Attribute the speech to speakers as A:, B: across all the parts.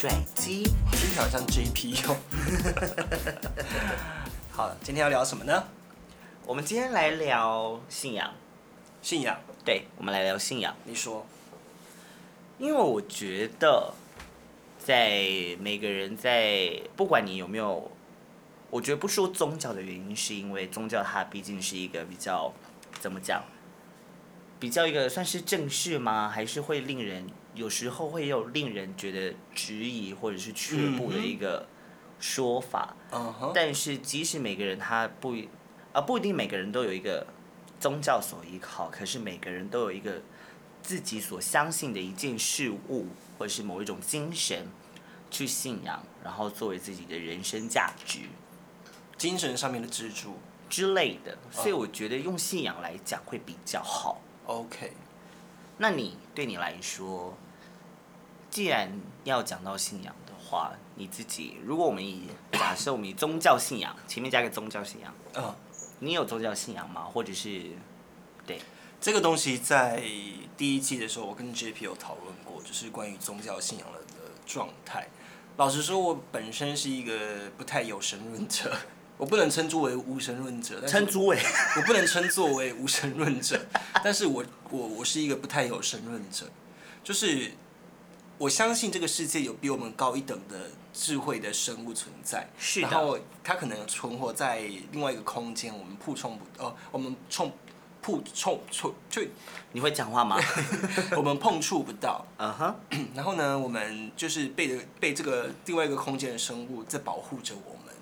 A: 转机。
B: 听起来好像 JP 哦。 好了，今天要聊什么呢？
A: 我们今天来聊信仰，
B: 信仰，
A: 对，我们来聊信仰，
B: 你说，
A: 因为我觉得，在每个人在不管你有没有，我觉得不说宗教的原因，是因为宗教它毕竟是一个比较怎么讲，比较一个算是正式吗？还是会令人有时候会有令人觉得质疑或者是却步的一个说法。
B: 嗯哼，
A: 但是即使每个人他不一，啊不一定每个人都有一个宗教所依靠，可是每个人都有一个自己所相信的一件事物或者是某一种精神去信仰，然后作为自己的人生价值
B: 精神上面的支柱。
A: 之类的。所以我觉得用信仰来讲会比较好。
B: OK，
A: 那你对你来说，既然要讲到信仰的话，你自己如果我们以假设我们以宗教信仰前面加个宗教信仰。
B: 嗯，
A: 你有宗教信仰吗？或者是
B: 这个东西在第一季的时候，我跟 JP 有讨论过，就是关于宗教信仰的的状态。老实说，我本身是一个不太有神论者，我不能称之为无神论者，但是
A: 称诸位？
B: 我不能称作为无神论者，但是我我我是一个不太有神论者，就是我相信这个世界有比我们高一等的智慧的生物存在，
A: 是
B: 然
A: 的，
B: 后它可能存活在另外一个空间，我们触碰不哦，我们冲碰触触就
A: 你会讲话吗？
B: 我们碰触不到，
A: 嗯哼，
B: 然后呢，我们就是被这被这个另外一个空间的生物在保护着我们，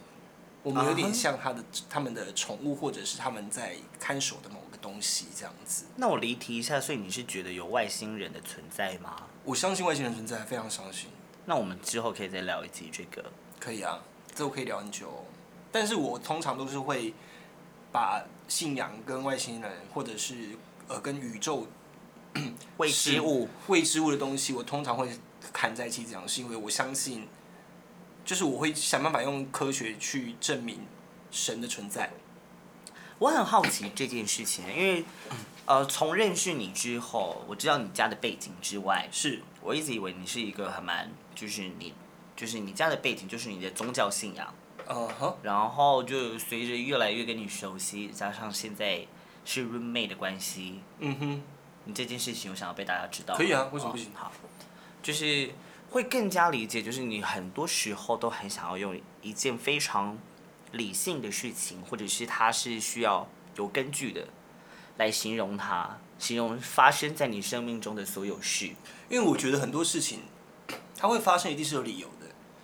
B: 我们有
A: 啊哈
B: 点像它的它们的宠物，或者是它们在看守的某个东西这样子。
A: 那我离题一下，所以你是觉得有外星人的存在吗？
B: 我相信外星人存在，非常相信。
A: 那我们之后可以再聊一集这个。
B: 可以啊，这我可以聊很久哦、但是我通常都是会把信仰跟外星人，或者是呃跟宇宙
A: 未知物，
B: 未知物的东西，我通常会砍在一起讲，是因为我相信，就是我会想办法用科学去证明神的存在。
A: 我很好奇这件事情，因为呃，从认识你之后，我知道你家的背景之外，
B: 是
A: 我一直以为你是一个很蛮，就是你，就是你家的背景就是你的宗教信仰。
B: 嗯哼，
A: 然后就随着越来越跟你熟悉，加上现在是 roommate 的关系，
B: 嗯哼，
A: 你这件事情我想要被大家知道吗。
B: 可以啊为什么不行
A: 哦好，就是会更加理解，就是你很多时候都很想要用一件非常理性的事情，或者是它是需要有根据的，来形容它，形容发生在你生命中的所有事。
B: 因为我觉得很多事情它会发生，一定是有理由的。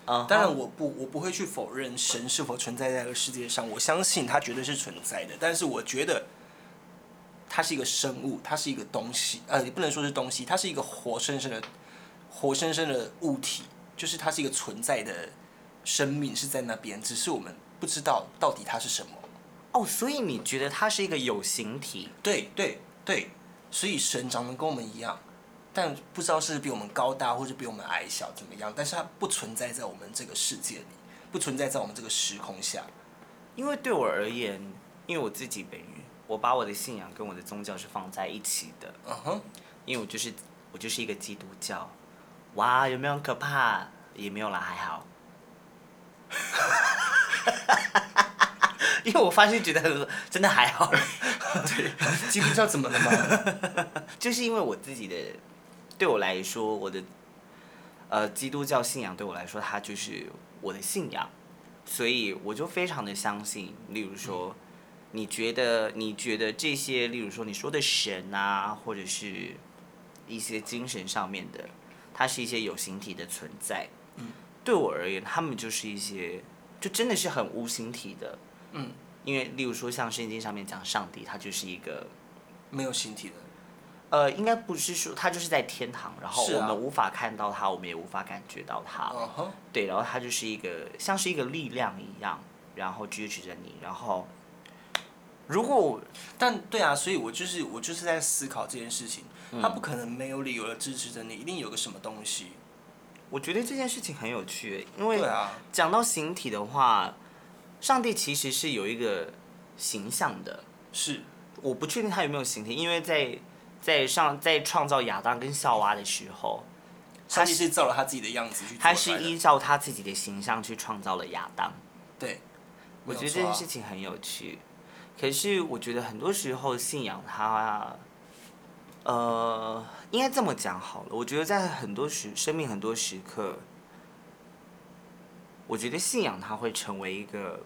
A: 嗯，
B: 当然，我不，我不会去否认神是否存在在这个世界上，我相信它绝对是存在的。但是，我觉得它是一个生物，它是一个东西，呃，也不能说是东西，它是一个活生生的、活生生的物体，就是它是一个存在的生命，是在那边，只是我们不知道到底它是什么。
A: 哦，所以你觉得它是一个有形体？
B: 对对对，所以神长得跟我们一样，但不知道是比我们高大或者比我们矮小怎么样，但是它不存在在我们这个世界里，不存在在我们这个时空下。
A: 因为对我而言，因为我自己本人，我把我的信仰跟我的宗教是放在一起的，
B: 嗯哼，
A: 因为我就是我就是一个基督教。哇，有没有很可怕？也没有啦，还好。 因为我发现觉得很真的还好，
B: 基督教怎么了吗？
A: 就是因为我自己的，对我来说，我的呃基督教信仰对我来说，它就是我的信仰，所以我就非常的相信。例
B: 嗯
A: 如说，你觉得你觉得这些，例如说你说的神啊，或者是一些精神上面的，它是一些有形体的存在。
B: 嗯，
A: 对我而言，他们就是一些，就真的是很无形体的。
B: 嗯，
A: 因为例如说像圣经上面讲上帝，他就是一个。
B: 没有形 体的，
A: 呃，应该不是说他就是在天堂，然后
B: 是
A: 我
B: 啊
A: 们无法看到他，我们也无法感觉到他。
B: 嗯哼，
A: 对，然后他就是一个像是一个力量一样，然后支持着你。然后，如果我
B: 但对啊，所以我就是我就是在思考这件事情，他不可能没有理由的支持着你，一定有个什么东西。
A: 我觉得这件事情很有趣，因为
B: 对啊，
A: 讲到形体的话，上帝其实是有一个形象的。
B: 是，
A: 我不确定他有没有形体，因为在在上在创造亚当跟夏娃的时候，
B: 上帝是照了他自己的样子去做出来
A: 他
B: 的。
A: 是依照他自己的形象去创造了亚当。
B: 对，
A: 我觉得
B: 没
A: 这
B: 有错啊
A: 件事情很有趣，可是我觉得很多时候信仰它，呃，应该这么讲好了。我觉得在很多时生命很多时刻，我觉得信仰它会成为一个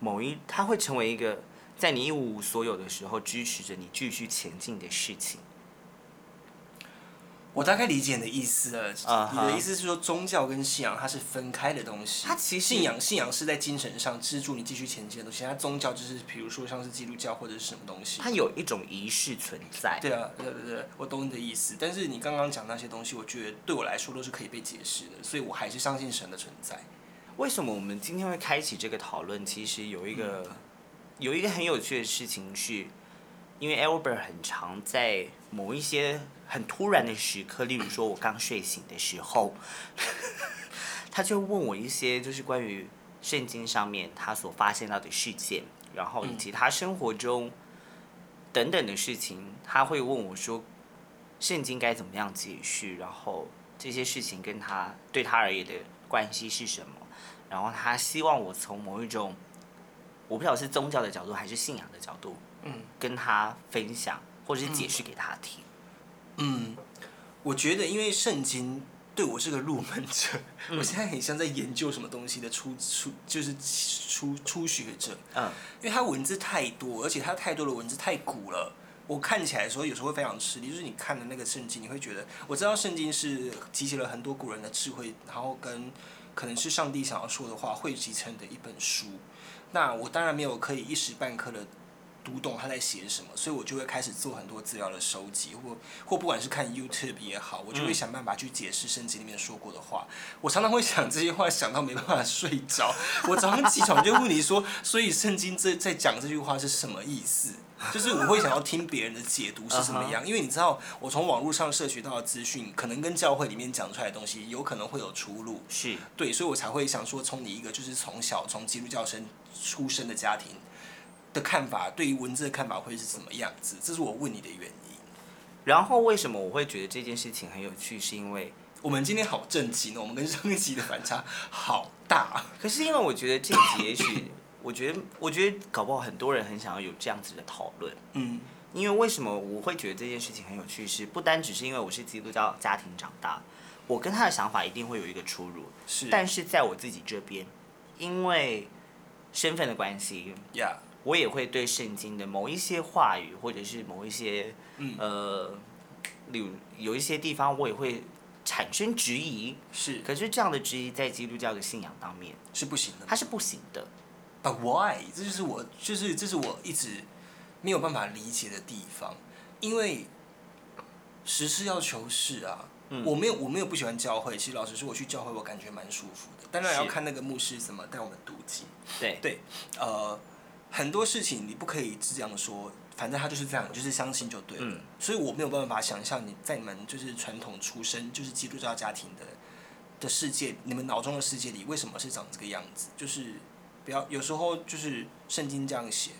A: 某一，它会成为一个在你一无所有的时候支持着你继续前进的事情。
B: 我大概理解你的意思了。
A: 啊哈
B: 你的意思是说，宗教跟信仰它是分开的东西。
A: 它其实
B: 信仰，信仰是在精神上支柱你继续前进的东西。它宗教就是，比如说像是基督教或者是什么东西。
A: 它有一种仪式存在。
B: 对啊，对对对，我懂你的意思。但是你刚刚讲那些东西，我觉得对我来说都是可以被解释的，所以我还是相信神的存在。
A: 为什么我们今天会开启这个讨论？其实有一个、有一个很有趣的事情是，因为 Albert 很常在某一些很突然的时刻，例如说我刚睡醒的时候， 他就问我一些就是关于圣经上面他所发现到的事件，然后以及他生活中等等的事情，他会问我说，圣经该怎么样解释，然后这些事情跟他对他而言的关系是什么，然后他希望我从某一种我不晓得是宗教的角度还是信仰的角度，
B: 嗯，
A: 跟他分享或者是解释给他听。
B: 嗯，我觉得因为圣经对我是个入门者，我现在很像在研究什么东西的初初就是初初学者，
A: 嗯，
B: 因为它文字太多，而且它太多的文字太古了。我看起来的时候，有时候会非常吃力。就是你看的那个圣经，你会觉得，我知道圣经是集结了很多古人的智慧，然后跟可能是上帝想要说的话汇集成的一本书。那我当然没有可以一时半刻的读懂他在写什么，所以我就会开始做很多资料的收集，或或不管是看 YouTube 也好，我就会想办法去解释圣经里面说过的话。我常常会想这些话，想到没办法睡着。 我早上起床就问你说， 所以圣经这在讲这句话是什么意思？就是我会想要听别人的解读是什么样，因为你知道，我从网络上摄取到的资讯，可能跟教会里面讲出来的东西有可能会有出入。
A: 是
B: 对，所以我才会想说，从你一个就是从小从基督教生出生的家庭的看法，对于文字的看法会是怎么样子？这是我问你的原因。
A: 然后为什么我会觉得这件事情很有趣？是因为，
B: 我们今天好正经哦，我们跟上一集的反差好大。
A: 可是因为我觉得这集也许，我觉得，我觉得搞不好很多人很想要有这样子的讨论。
B: 嗯
A: 因为为什么我会觉得这件事情很有趣是，不单只是因为我是基督教家庭长大，我跟他的想法一定会有一个出入。
B: 是
A: 但是在我自己这边，因为身份的关系，
B: 呀
A: 我也会对圣经的某一些话语，或者是某一些，
B: 嗯
A: 呃，例如有一些地方，我也会产生质疑。
B: 是
A: 可是这样的质疑在基督教的信仰当面，
B: 是不行的。
A: 它是不行的。
B: But why？这就是我，就是这是我一直没有办法理解的地方，因为实事要求是啊。我没有，我没有不喜欢教会。其实老实说，我去教会我感觉蛮舒服的。当然要
A: 是
B: 看那个牧师怎么带我们读经。
A: 对，
B: 对，呃，很多事情你不可以这样说，反正他就是这样，你就是相信就对了。
A: 嗯
B: 所以我没有办法想象你在你们就是传统出身就是基督教家庭的的世界，你们脑中的世界里为什么是长这个样子？就是不要有时候就是圣经这样写，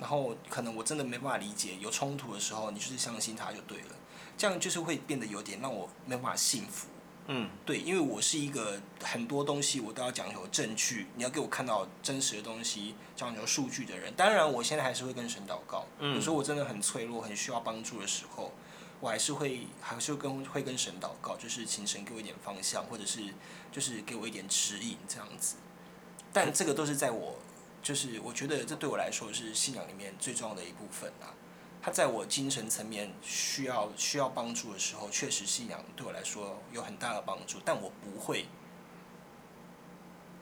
B: 然后可能我真的没办法理解，有冲突的时候你就是相信他就对了，这样就是会变得有点让我没办法信服。
A: 嗯，
B: 对，因为我是一个很多东西我都要讲求证据，你要给我看到真实的东西，讲求数据的人。当然，我现在还是会跟神祷告。
A: 嗯
B: 有时候我真的很脆弱，很需要帮助的时候，我还是会还是会跟会跟神祷告，就是请神给我一点方向，或者是就是给我一点指引这样子。但这个都是在我，就是我觉得这对我来说是信仰里面最重要的一部分啊。它在我精神层面需要需要帮助的时候，确实信仰对我来说有很大的帮助，但我不会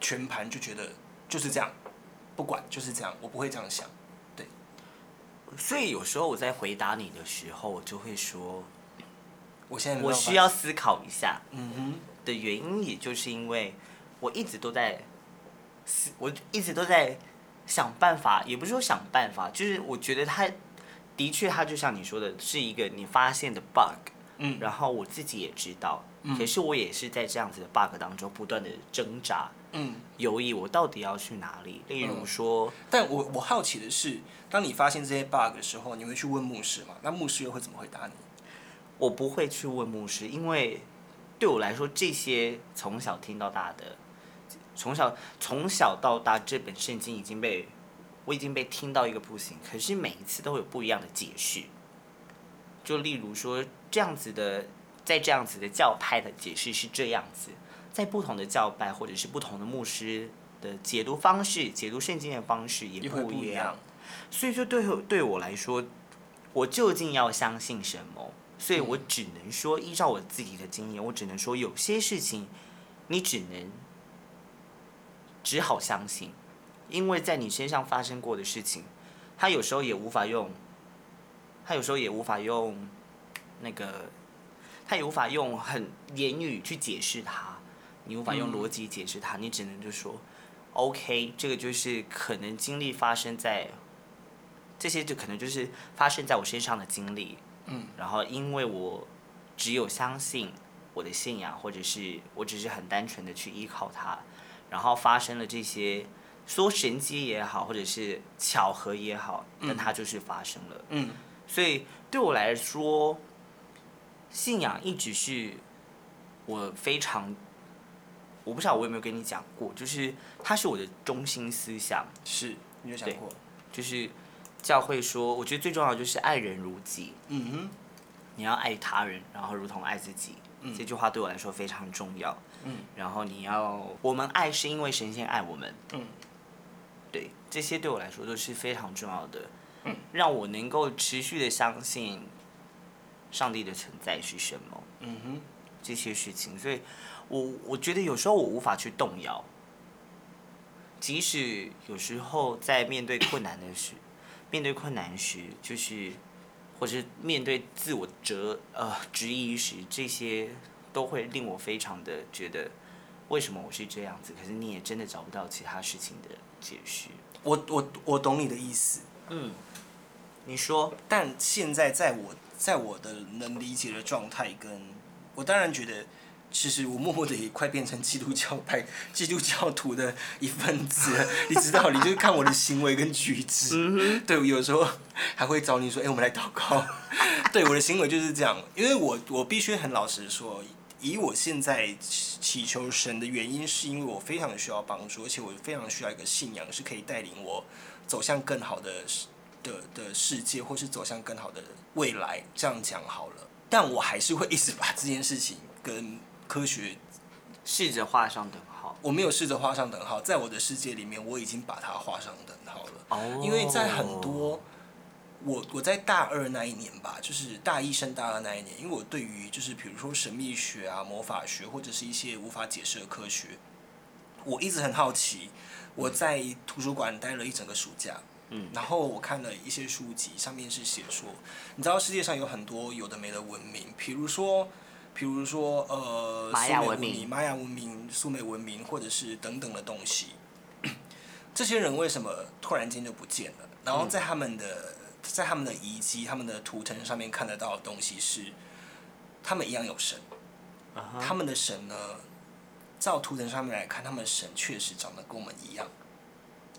B: 全盘就觉得就是这样，不管就是这样，我不会这样想。
A: 所以有时候我在回答你的时候，我就会说，
B: 我现在没
A: 我
B: 办法
A: 需要，思考一下。
B: 嗯哼，
A: 的原因，也就是因为我一直都在思，我一直都在想办法，也不是说想办法，就是我觉得它的确，它就像你说的，是一个你发现的 bug，
B: 嗯
A: 然后我自己也知道，
B: 嗯
A: 可是我也是在这样子的 bug 当中不断的挣扎、
B: 嗯。
A: 犹疑，我到底要去哪里？例如说，
B: 但我我好奇的是，当你发现这些 bug 的时候，你会去问牧师吗？那牧师又会怎么回答你？
A: 我不会去问牧师，因为对我来说，这些从小听到大的，从小从小到大，这本圣经已经被我已经被听到一个不行，可是每一次都会有不一样的解释。就例如说，这样子的，在这样子的教派的解释是这样子，在不同的教派或者是不同的牧师的解读方式、解读圣经的方式也
B: 也会
A: 不
B: 不
A: 一
B: 一
A: 样
B: 样。。
A: 所以说对我对我来说，我究竟要相信什么？所以我只能说，依照我自己的经验，我只能说有些事情，你只能只好相信，因为在你身上发生过的事情，他有时候也无法用，他有时候也无法用那个，他也无法用很言语去解释它，你无法用
B: 嗯
A: 逻辑解释它，你只能就说，OK，这个就是可能经历发生在，这些就可能就是发生在我身上的经历，
B: 嗯，
A: 然后因为我只有相信我的信仰，或者是我只是很单纯的去依靠它，然后发生了这些。说神机也好，或者是巧合也好，但它就是发生了。
B: 嗯，
A: 所以对我来说，信仰一直是我非常，我不知道我有没有跟你讲过，就是它是我的中心思想，
B: 是，你有想
A: 对
B: 过？
A: 就是教会说，我觉得最重要的就是爱人如己，
B: 嗯哼，
A: 你要爱他人，然后如同爱自己。这句话对我来说非常重要。
B: 嗯
A: 然后你要，我们爱是因为神仙爱我们。
B: 嗯
A: 对，这些对我来说都是非常重要的，
B: 嗯
A: 让我能够持续的相信上帝的存在是什么
B: 嗯哼，
A: 这些事情，所以我我觉得有时候我无法去动摇，即使有时候在面对困难的时，面对困难时，就是或是面对自我折呃质疑时，这些都会令我非常的觉得。为什么我是这样子？可是你也真的找不到其他事情的解释。
B: 我我我懂你的意思，
A: 嗯，你说，
B: 但现在在我在我的能理解的状态跟，我当然觉得，其实我默默的也快变成基督教派、基督教徒的一份子 了。你知道，你就是看我的行为跟举止，对，我有时候还会找你说，哎、我们来祷告。对，我的行为就是这样，因为我我必须很老实说。以我现在祈祈求神的原因，是因为我非常需要帮助，而且我非常需要一个信仰，是可以带领我走向更好的的的世界，或是走向更好的未来，这样讲好了。但我还是会一直把这件事情跟科学，
A: 试着画上等号。
B: 我没有试着画上等号，在我的世界里面，我已经把它画上等号了。
A: 哦
B: 因为在很多，我我在大二那一年吧，就是大一升大二那一年，因为我对于就是比如说神秘学啊、魔法学或者是一些无法解释的科学，我一直很好奇。我在图书馆待了一整个暑假，
A: 嗯
B: 然后我看了一些书籍，上面是写说，你知道世界上有很多有的没的文明，比如说。比如说，呃，
A: 玛雅
B: 苏美
A: 文明
B: 玛雅文明、苏美文明，或者是等等的东西， 这些人为什么突然间就不见了？
A: 嗯
B: 然后在他们的、在他们的遗迹、他们的图腾上面看得到的东西是，他们一样有神，
A: 啊哈
B: 他们的神呢，照图腾上面来看，他们的神确实长得跟我们一样。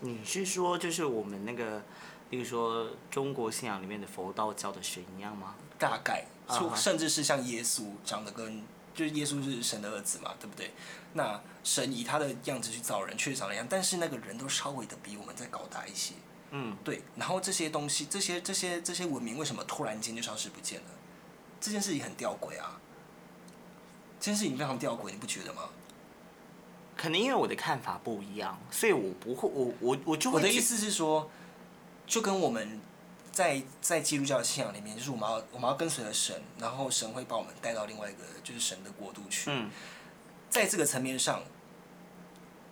A: 你是说就是我们那个，例如说中国信仰里面的佛道教的神一样吗？
B: 大概，
A: 啊
B: 就
A: 哈
B: 甚至是像耶稣长得跟，就是耶稣是神的儿子嘛，对不对？那神以他的样子去造人，确实长得一样，但是那个人都稍微的比我们再高大一些。
A: 嗯，
B: 对，然后这些东西，这些这些这些文明为什么突然间就消失不见了？这件事情很吊诡啊，这件事情非常吊诡，你不觉得吗？
A: 可能因为我的看法不一样，所以我不会，我我我就会
B: 我的
A: 去
B: 意，思是说，就跟我们在在基督教的信仰里面，就是我们要我们要跟随着神，然后神会把我们带到另外一个就是神的国度去。
A: 嗯，
B: 在这个层面上，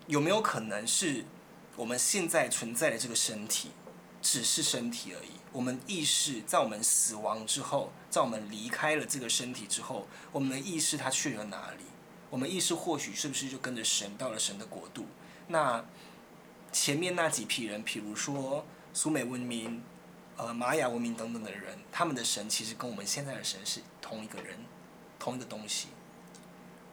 B: 有没有可能是我们现在存在的这个身体只是身体而已？我们意识在我们死亡之后，在我们离开了这个身体之后，我们的意识它去了哪里？我们意识或许是不是就跟着神到了神的国度？那前面那几批人，比如说苏美文明、呃玛雅文明等等的人，他们的神其实跟我们现在的神是同一个人，同一个东西。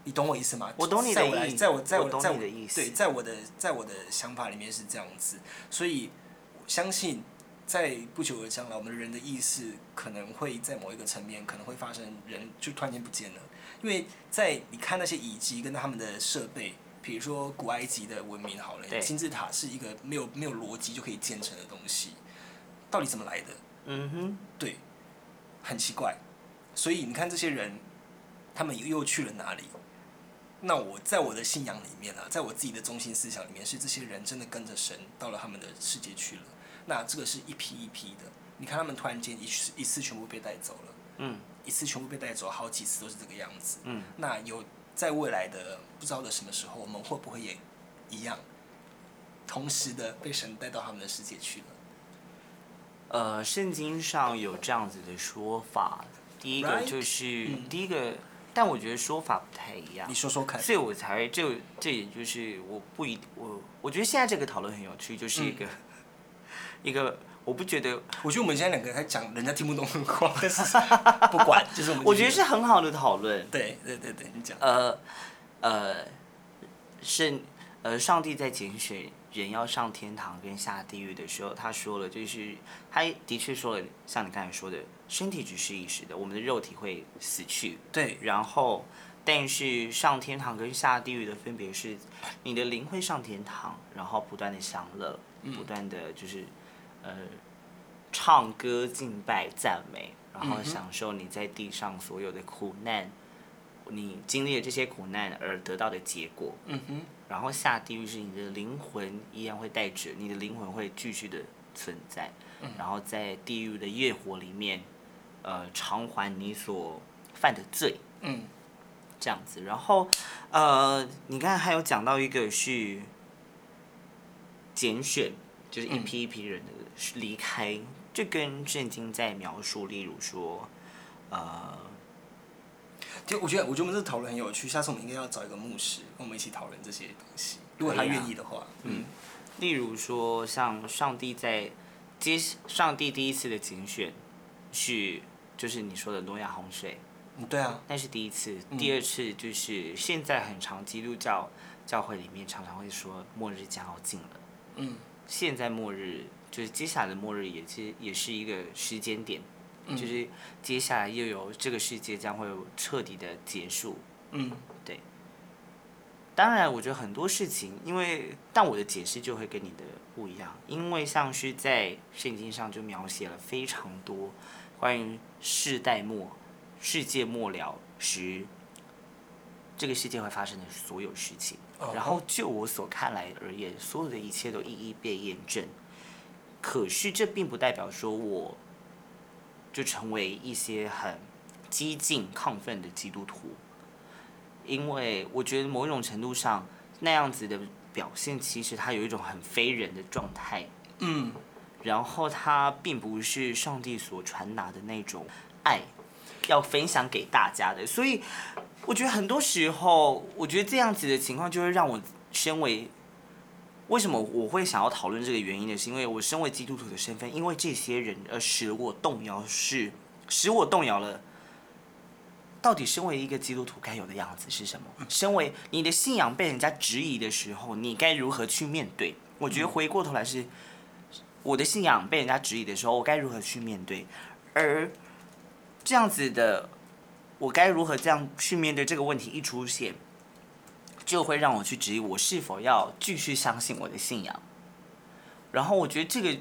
B: 你懂我意思吗？
A: 我懂你的
B: 在我来
A: 意思
B: 在我在
A: 我
B: 我
A: 懂
B: 在
A: 你
B: 我
A: 的意思
B: 对，在我的在我的想法里面是这样子，所以我相信在不久的将来，我们人的意识可能会在某一个层面可能会发生人就突然间不见了，因为在你看那些遗迹跟他们的设备，比如说古埃及的文明好了，
A: 对
B: 金字塔是一个没有没有逻辑就可以建成的东西，到底怎么来的？
A: 嗯哼，
B: 对，很奇怪。所以你看这些人，他们又又去了哪里？那我在我的信仰里面啊，在我自己的中心思想里面，是这些人真的跟着神到了他们的世界去了。那这个是一批一批的，你看他们突然间一次一次全部被带走了，
A: 嗯
B: 一次全部被带走，好几次都是这个样子。
A: 嗯，
B: 那有在未来的不知道的什么时候，我们会不会也一样，同时的被神带到他们的世界去了？
A: 呃，圣经上有这样子的说法，第一个
B: Right？
A: 就是
B: 嗯
A: 第一个，但我觉得说法不太一样
B: 你。说说看。
A: 所以我才会这这也就是我不一我我觉得现在这个讨论很有趣，就是一
B: 嗯
A: 个、一个我不觉得，
B: 我觉得我们现在两个在讲人家听不懂的话，但是不管，就是我们
A: 我觉得是很好的讨论。
B: 对对对对，你讲，
A: 呃呃，圣呃上帝在拣选人要上天堂跟下地狱的时候，他说了，就是他的确说了，像你刚才说的，身体只是一时的，我们的肉体会死去，
B: 对
A: 然后但是上天堂跟下地狱的分别是，你的灵会上天堂，然后不断的享乐，不断的就是呃唱歌敬拜赞美，然后享受你在地上所有的苦难，你经历了这些苦难而得到的结果。
B: 嗯哼，
A: 然后下地狱是你的灵魂依然会带着，你的灵魂会继续的存在，然后在地狱的业火里面，呃，偿还你所犯的罪。
B: 嗯，
A: 这样子。然后，呃，你刚才还有讲到一个是拣选，就是一
B: 嗯
A: 批一批人的离开，这跟圣经在描述，例如说，呃，
B: 就我觉得我觉得我们这个讨论很有趣，下次我们应该要找一个牧师跟我们一起讨论这些东西，如果他
A: 可以啊
B: 愿意的话，嗯
A: 例如说像上帝在接上帝第一次的拣选是就是你说的诺亚洪水，
B: 嗯，对啊，
A: 那是第一次，
B: 嗯
A: 第二次就是现在很常基督教教会里面常常会说末日将要近了。
B: 嗯
A: 现在末日就是接下来的末日，也是也是一个时间点，
B: 嗯
A: 就是接下来又有这个世界将会有彻底的结束。
B: 嗯
A: 当然，我觉得很多事情，因为但我的解释就会跟你的不一样，因为像是在圣经上就描写了非常多关于世代末、世界末了时这个世界会发生的所有事情。
B: 哦
A: 然后就我所看来而言，所有的一切都一一被验证。可是这并不代表说我就成为一些很激进、亢奋的基督徒，因为我觉得某种程度上那样子的表现，其实它有一种很非人的状态，
B: 嗯，
A: 然后它并不是上帝所传达的那种爱，要分享给大家的。所以我觉得很多时候，我觉得这样子的情况就会让我身为。为什么我会想要讨论这个原因呢？是因为我身为基督徒的身份，因为这些人而使我动摇是，使我动摇了。到底身为一个基督徒该有的样子是什么？身为你的信仰被人家质疑的时候，你该如何去面对？我觉得回过头来是，我的信仰被人家质疑的时候，我该如何去面对？而这样子的，我该如何这样去面对这个问题一出现，就会让我去质疑我是否要继续相信我的信仰。然后我觉得这个，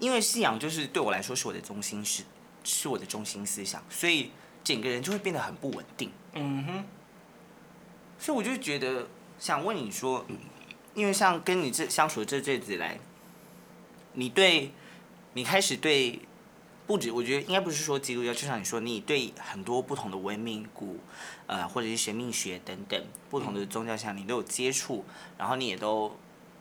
A: 因为信仰就是对我来说是我的中心思，是我的中心思想，所以整个人就会变得很不稳定。
B: 嗯哼，
A: 所以我就觉得想问你说，因为像跟你这相处这阵子来，你对你开始对不止，我觉得应该不是说基督教，就像你说，你对很多不同的文明古，呃，或者是神秘学等等不同的宗教上，你都有接触，然后你也都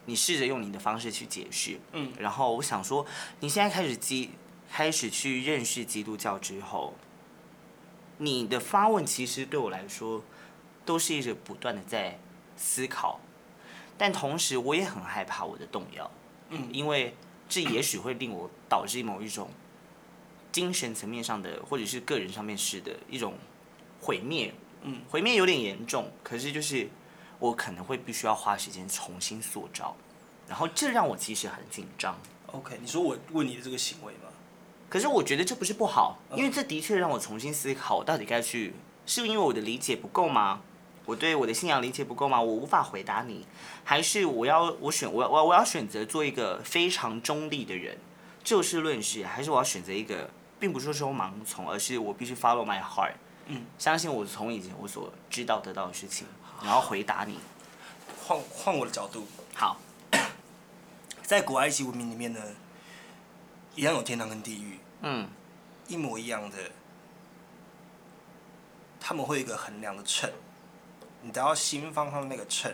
A: 你试着用你的方式去解释，
B: 嗯，
A: 然后我想说，你现在开始基开始去认识基督教之后。你的发问其实对我来说，都是一直不断的在思考，但同时我也很害怕我的动摇，
B: 嗯
A: 因为这也许会令我导致某一种精神层面上的，或者是个人上面是的一种毁灭，
B: 嗯，
A: 毁灭有点严重，可是就是我可能会必须要花时间重新塑造，然后这让我其实很紧张，
B: OK，你说我问你的这个行为吗？
A: 可是我觉得这不是不好，因为这的确让我重新思考，我到底该去，是因为我的理解不够吗？我对我的信仰理解不够吗？我无法回答你，还是我要我选我要我要我要选择做一个非常中立的人，就事论事，还是我要选择一个，并不是说盲从，而是我必须 follow my heart，嗯，相信我从以前我所知道得到的事情，然后回答你。
B: 换换我的角度，
A: 好，
B: 在古埃及文明里面呢，一样有天堂跟地狱，
A: 嗯，
B: 一模一样的，他们会有一个衡量的秤，你得到新方向那个秤，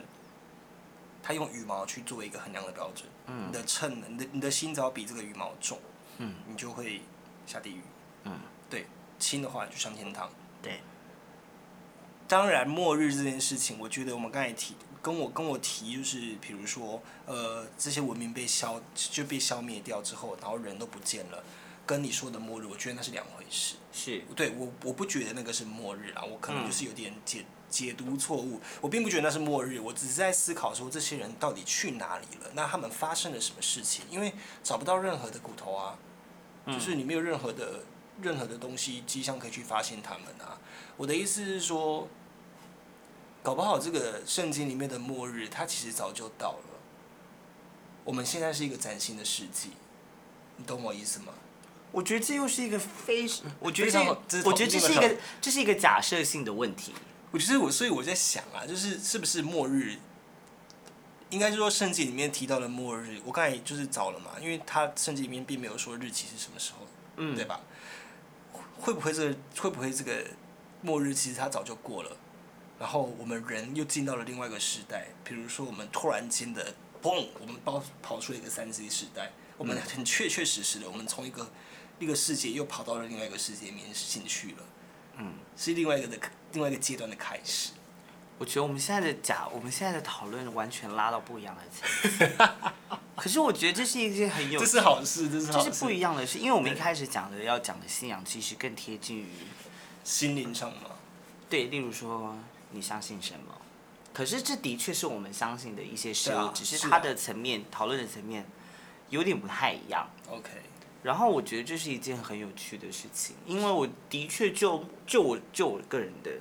B: 它用羽毛去作为一个衡量的标准，嗯，你的秤呢，你的你的心只要比这个羽毛重，
A: 嗯，
B: 你就会下地狱，
A: 嗯，
B: 对，轻的话你就上天堂。
A: 对，
B: 当然，末日这件事情，我觉得我们刚才提，跟我跟我提，就是比如说，呃，这些文明被消就被消灭掉之后，然后人都不见了，跟你说的末日，我觉得那是两回事。
A: 是
B: 对我，我不觉得那个是末日啊，我可能
A: 嗯
B: 就是有点解、解读错误，我并不觉得那是末日，我只是在思考说这些人到底去哪里了，那他们发生了什么事情？因为找不到任何的骨头啊，就是你没有任何的任何的东西迹象可以去发现他们啊。我的意思是说，搞不好这个圣经里面的末日，它其实早就到了。我们现在是一个崭新的世纪，你懂我意思吗？
A: 我觉得这又是一个非，我觉
B: 非
A: 得
B: 常好这
A: 这
B: 是
A: 个我觉得这
B: 同
A: 是一
B: 一个
A: 个这是一个假设性的问题。
B: 我觉得我，所以我在想啊，就是是不是末日，应该是说圣经里面提到的末日，我刚才就是找了嘛，因为它圣经里面并没有说日期是什么时候，
A: 嗯
B: 对吧？会不会这个会不会这个末日其实它早就过了，然后我们人又进到了另外一个时代，比如说我们突然间的嘣，我们跑跑出了一个三 C 时代，我们很确确实实的，我们从一个一个世界又跑到了另外一个世界里面进去了。
A: 嗯，
B: 是另外一个的另外一个阶段的开始。
A: 我觉得我们现在的假，我们现在的讨论完全拉到不一样的层次。 可是我觉得这是一件很有
B: 这，是好事，这是
A: 这
B: 好
A: 是
B: 事。
A: 不一样的事，因为我们一开始讲的要讲的信仰其实更贴近于，
B: 心灵上嘛，
A: 对，例如说你相信什么，可是这的确是我们相信的一些事物，
B: 对啊
A: 只
B: 是
A: 是
B: 啊
A: 它的层面、讨论的层面有点不太一样。
B: OK，
A: 然后我觉得这是一件很有趣的事情，因为我的确就就我就我个人的，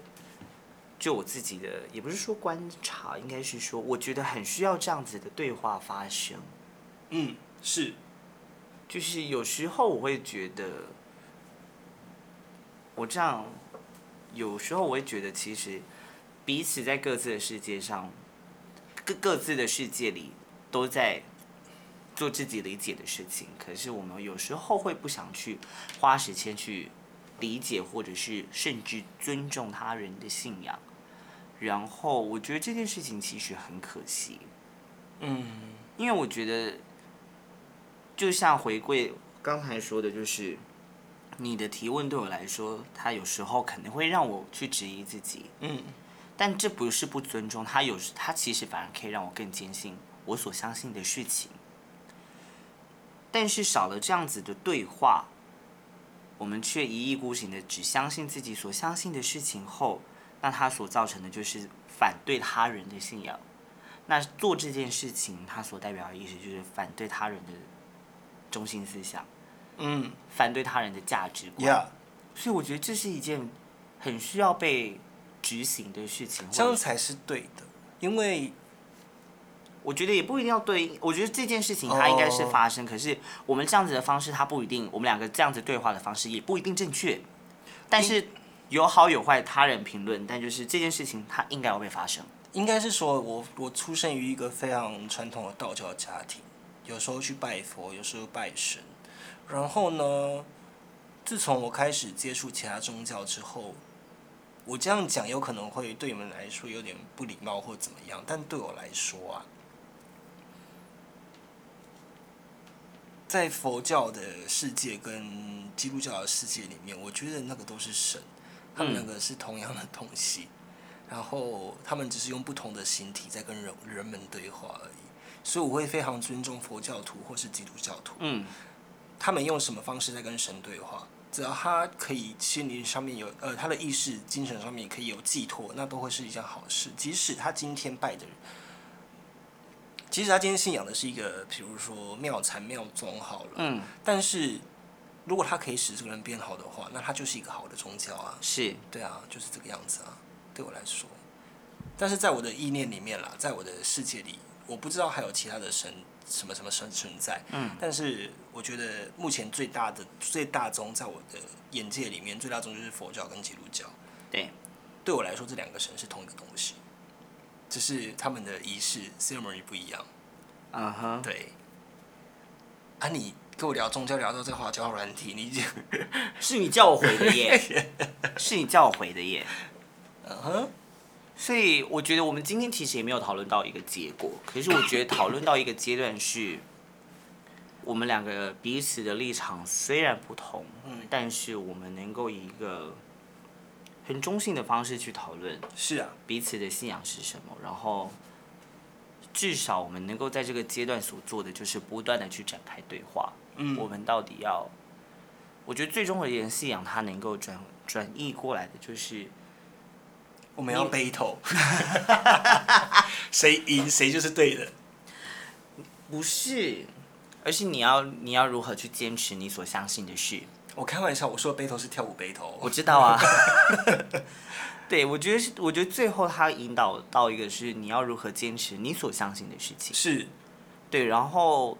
A: 就我自己的，也不是说观察，应该是说我觉得很需要这样子的对话发生。
B: 嗯，是
A: 就是有时候我会觉得，我这样，有时候我会觉得其实彼此在各自的世界上，各各自的世界里都在做自己理解的事情，可是我们有时候会不想去花时间去理解或者是甚至尊重他人的信仰，然后我觉得这件事情其实很可惜。
B: 嗯，
A: 因为我觉得，就像回归刚才说的，就是你的提问对我来说，它有时候可能会让我去质疑自己，
B: 嗯，
A: 但这不是不尊重，它有时它其实反而可以让我更坚信我所相信的事情。但是少了这样子的对话，我们却一意孤行的只相信自己所相信的事情后，那它所造成的就是反对他人的信仰。那做这件事情，它所代表的意思就是反对他人的中心思想，
B: 嗯
A: 反对他人的价值观。
B: ，Yeah，
A: 所以我觉得这是一件很需要被执行的事情。
B: 这
A: 或
B: 样
A: 者
B: 才是对的，因为
A: 我觉得也不一定要对应，我觉得这件事情它应该是发生，可是我们这样子的方式，它不一定，我们两个这样子对话的方式也不一定正确，但是有好有坏，他人评论，但就是这件事情它应该要被发生。
B: 应该是说我我出生于一个非常传统的道教家庭，有时候去拜佛，有时候拜神，然后呢，自从我开始接触其他宗教之后。我这样讲有可能会对你们来说有点不礼貌或怎么样，但对我来说啊，在佛教的世界跟基督教的世界里面，我觉得那个都是神，他们两个是同样的东西，然后他们只是用不同的形体在跟人人们对话而已。所以我会非常尊重佛教徒或是基督教徒，
A: 嗯，
B: 他们用什么方式在跟神对话，只要他可以心灵上面有呃他的意识、精神上面可以有寄托，那都会是一件好事。即使他今天拜的人即使他今天信仰的是一个，比如说妙禅妙宗好了，
A: 嗯，
B: 但是如果他可以使这个人变好的话，那他就是一个好的宗教啊。
A: 是
B: 对啊，就是这个样子啊，对我来说。但是在我的意念里面啦，在我的世界里，我不知道还有其他的神什么什么神存在。
A: 嗯。
B: 但是我觉得目前最大的最大宗，在我的眼界里面，最大宗就是佛教跟基督教。
A: 对，
B: 对我来说，这两个神是同一个东西，只是他们的仪式 ceremony 不一样。
A: 嗯哼，
B: 对。啊，你跟我聊宗教，聊到这个话交友软体，你已经，
A: 是你叫我回的耶，是你叫我回的耶。
B: 嗯哼，
A: 所以我觉得我们今天其实也没有讨论到一个结果，可是我觉得讨论到一个阶段是，我们两个彼此的立场虽然不同，
B: 嗯
A: 但是我们能够以一个很中性的方式去讨论
B: 是啊，
A: 彼此的信仰是什么，然后至少我们能够在这个阶段所做的就是不断的去展开对话，
B: 嗯
A: 我们到底要，我觉得最终而言，信仰它能够转转译过来的就是。
B: 我们要 battle，谁赢谁就是对的。
A: 不是，而是你要你要如何去坚持你所相信的事。
B: 我开玩笑，我说的 battle 是跳舞 battle，哦
A: 我知道啊，对我觉得是，我觉得最后他引导到一个是你要如何坚持你所相信的事情。
B: 是
A: 对，然后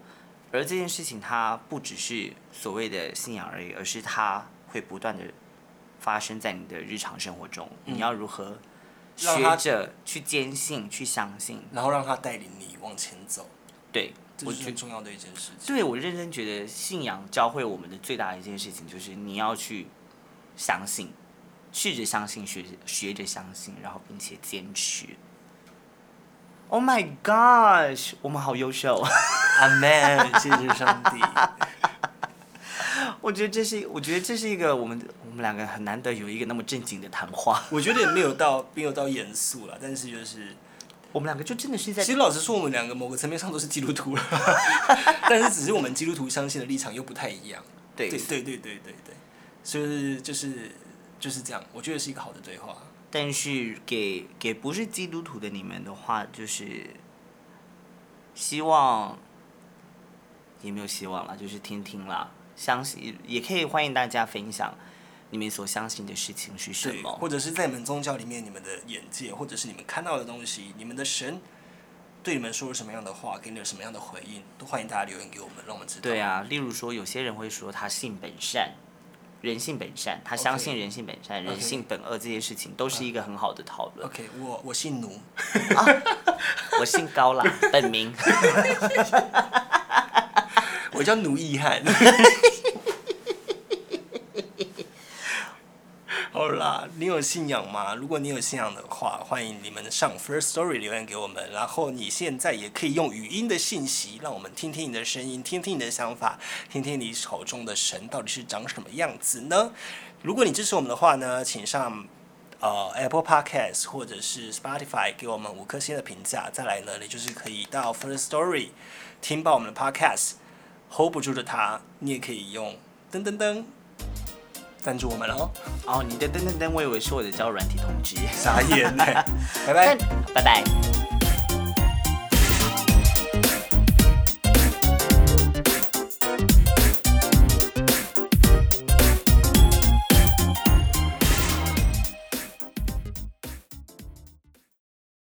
A: 而这件事情它不只是所谓的信仰而已，而是它会不断的发生在你的日常生活中。你要如何
B: 嗯让
A: 学
B: 它
A: 着去坚信、去相信？
B: 然后让他带领你往前走，
A: 对，
B: 这
A: 我
B: 是
A: 觉
B: 很重要的一件事情。
A: 对我认真觉得信仰教会我们的最大的一件事情，就是你要去相信，试着相信，学学着相信，然后并且坚持。Oh my gosh，我们好优秀！
B: 阿 man，谢 谢上帝。
A: 我觉得这是，我觉得这是一个我们我们两个很难得有一个那么正经的谈话。
B: 我觉得也没有到没有到严肃了，但是就是，
A: 我们两个就真的是在
B: 其实老实说，我们两个某个层面上都是基督徒 了，但是只是我们基督徒相信的立场又不太一样。
A: 对
B: 对对对对对对，所以就是就是这样，我觉得是一个好的对话。
A: 但是给给不是基督徒的你们的话，就是希望也没有希望了，就是听听啦，相信也可以欢迎大家分享你们所相信的事情是什
B: 对，
A: 么。
B: 或者是在你们宗教里面，你们的眼界，或者是你们看到的东西，你们的神对你们说了什么样的话，给你了什么样的回应，都欢迎大家留言给我们，让我们知道。
A: 对，啊，例如说，有些人会说他性本善，人性本善，他
B: OK
A: 相信人性本善
B: OK
A: 人性本恶这些事情，都是一个很好的讨论。
B: OK，我我姓奴，
A: 我姓高啦，本 名。
B: 我叫奴易汉。 好啦，你有信仰吗？如果你有信仰的话，欢迎你们上 First Story 留言给我们。然后你现在也可以用语音的信息，让我们听听你的声音，听听你的想法，听听你口中的神到底是长什么样子呢？如果你支持我们的话呢，请上呃 Apple Podcast 或者是 Spotify 给我们五颗星的评价。再来呢，你就是可以到 First Story 听爆我们的 Podcast。hold 不住的他，你也可以用噔噔噔赞助我们 哦，
A: 哦，你的噔噔噔，我以为是我的交友软体通知。
B: 傻眼呢，拜拜
A: 但。拜拜。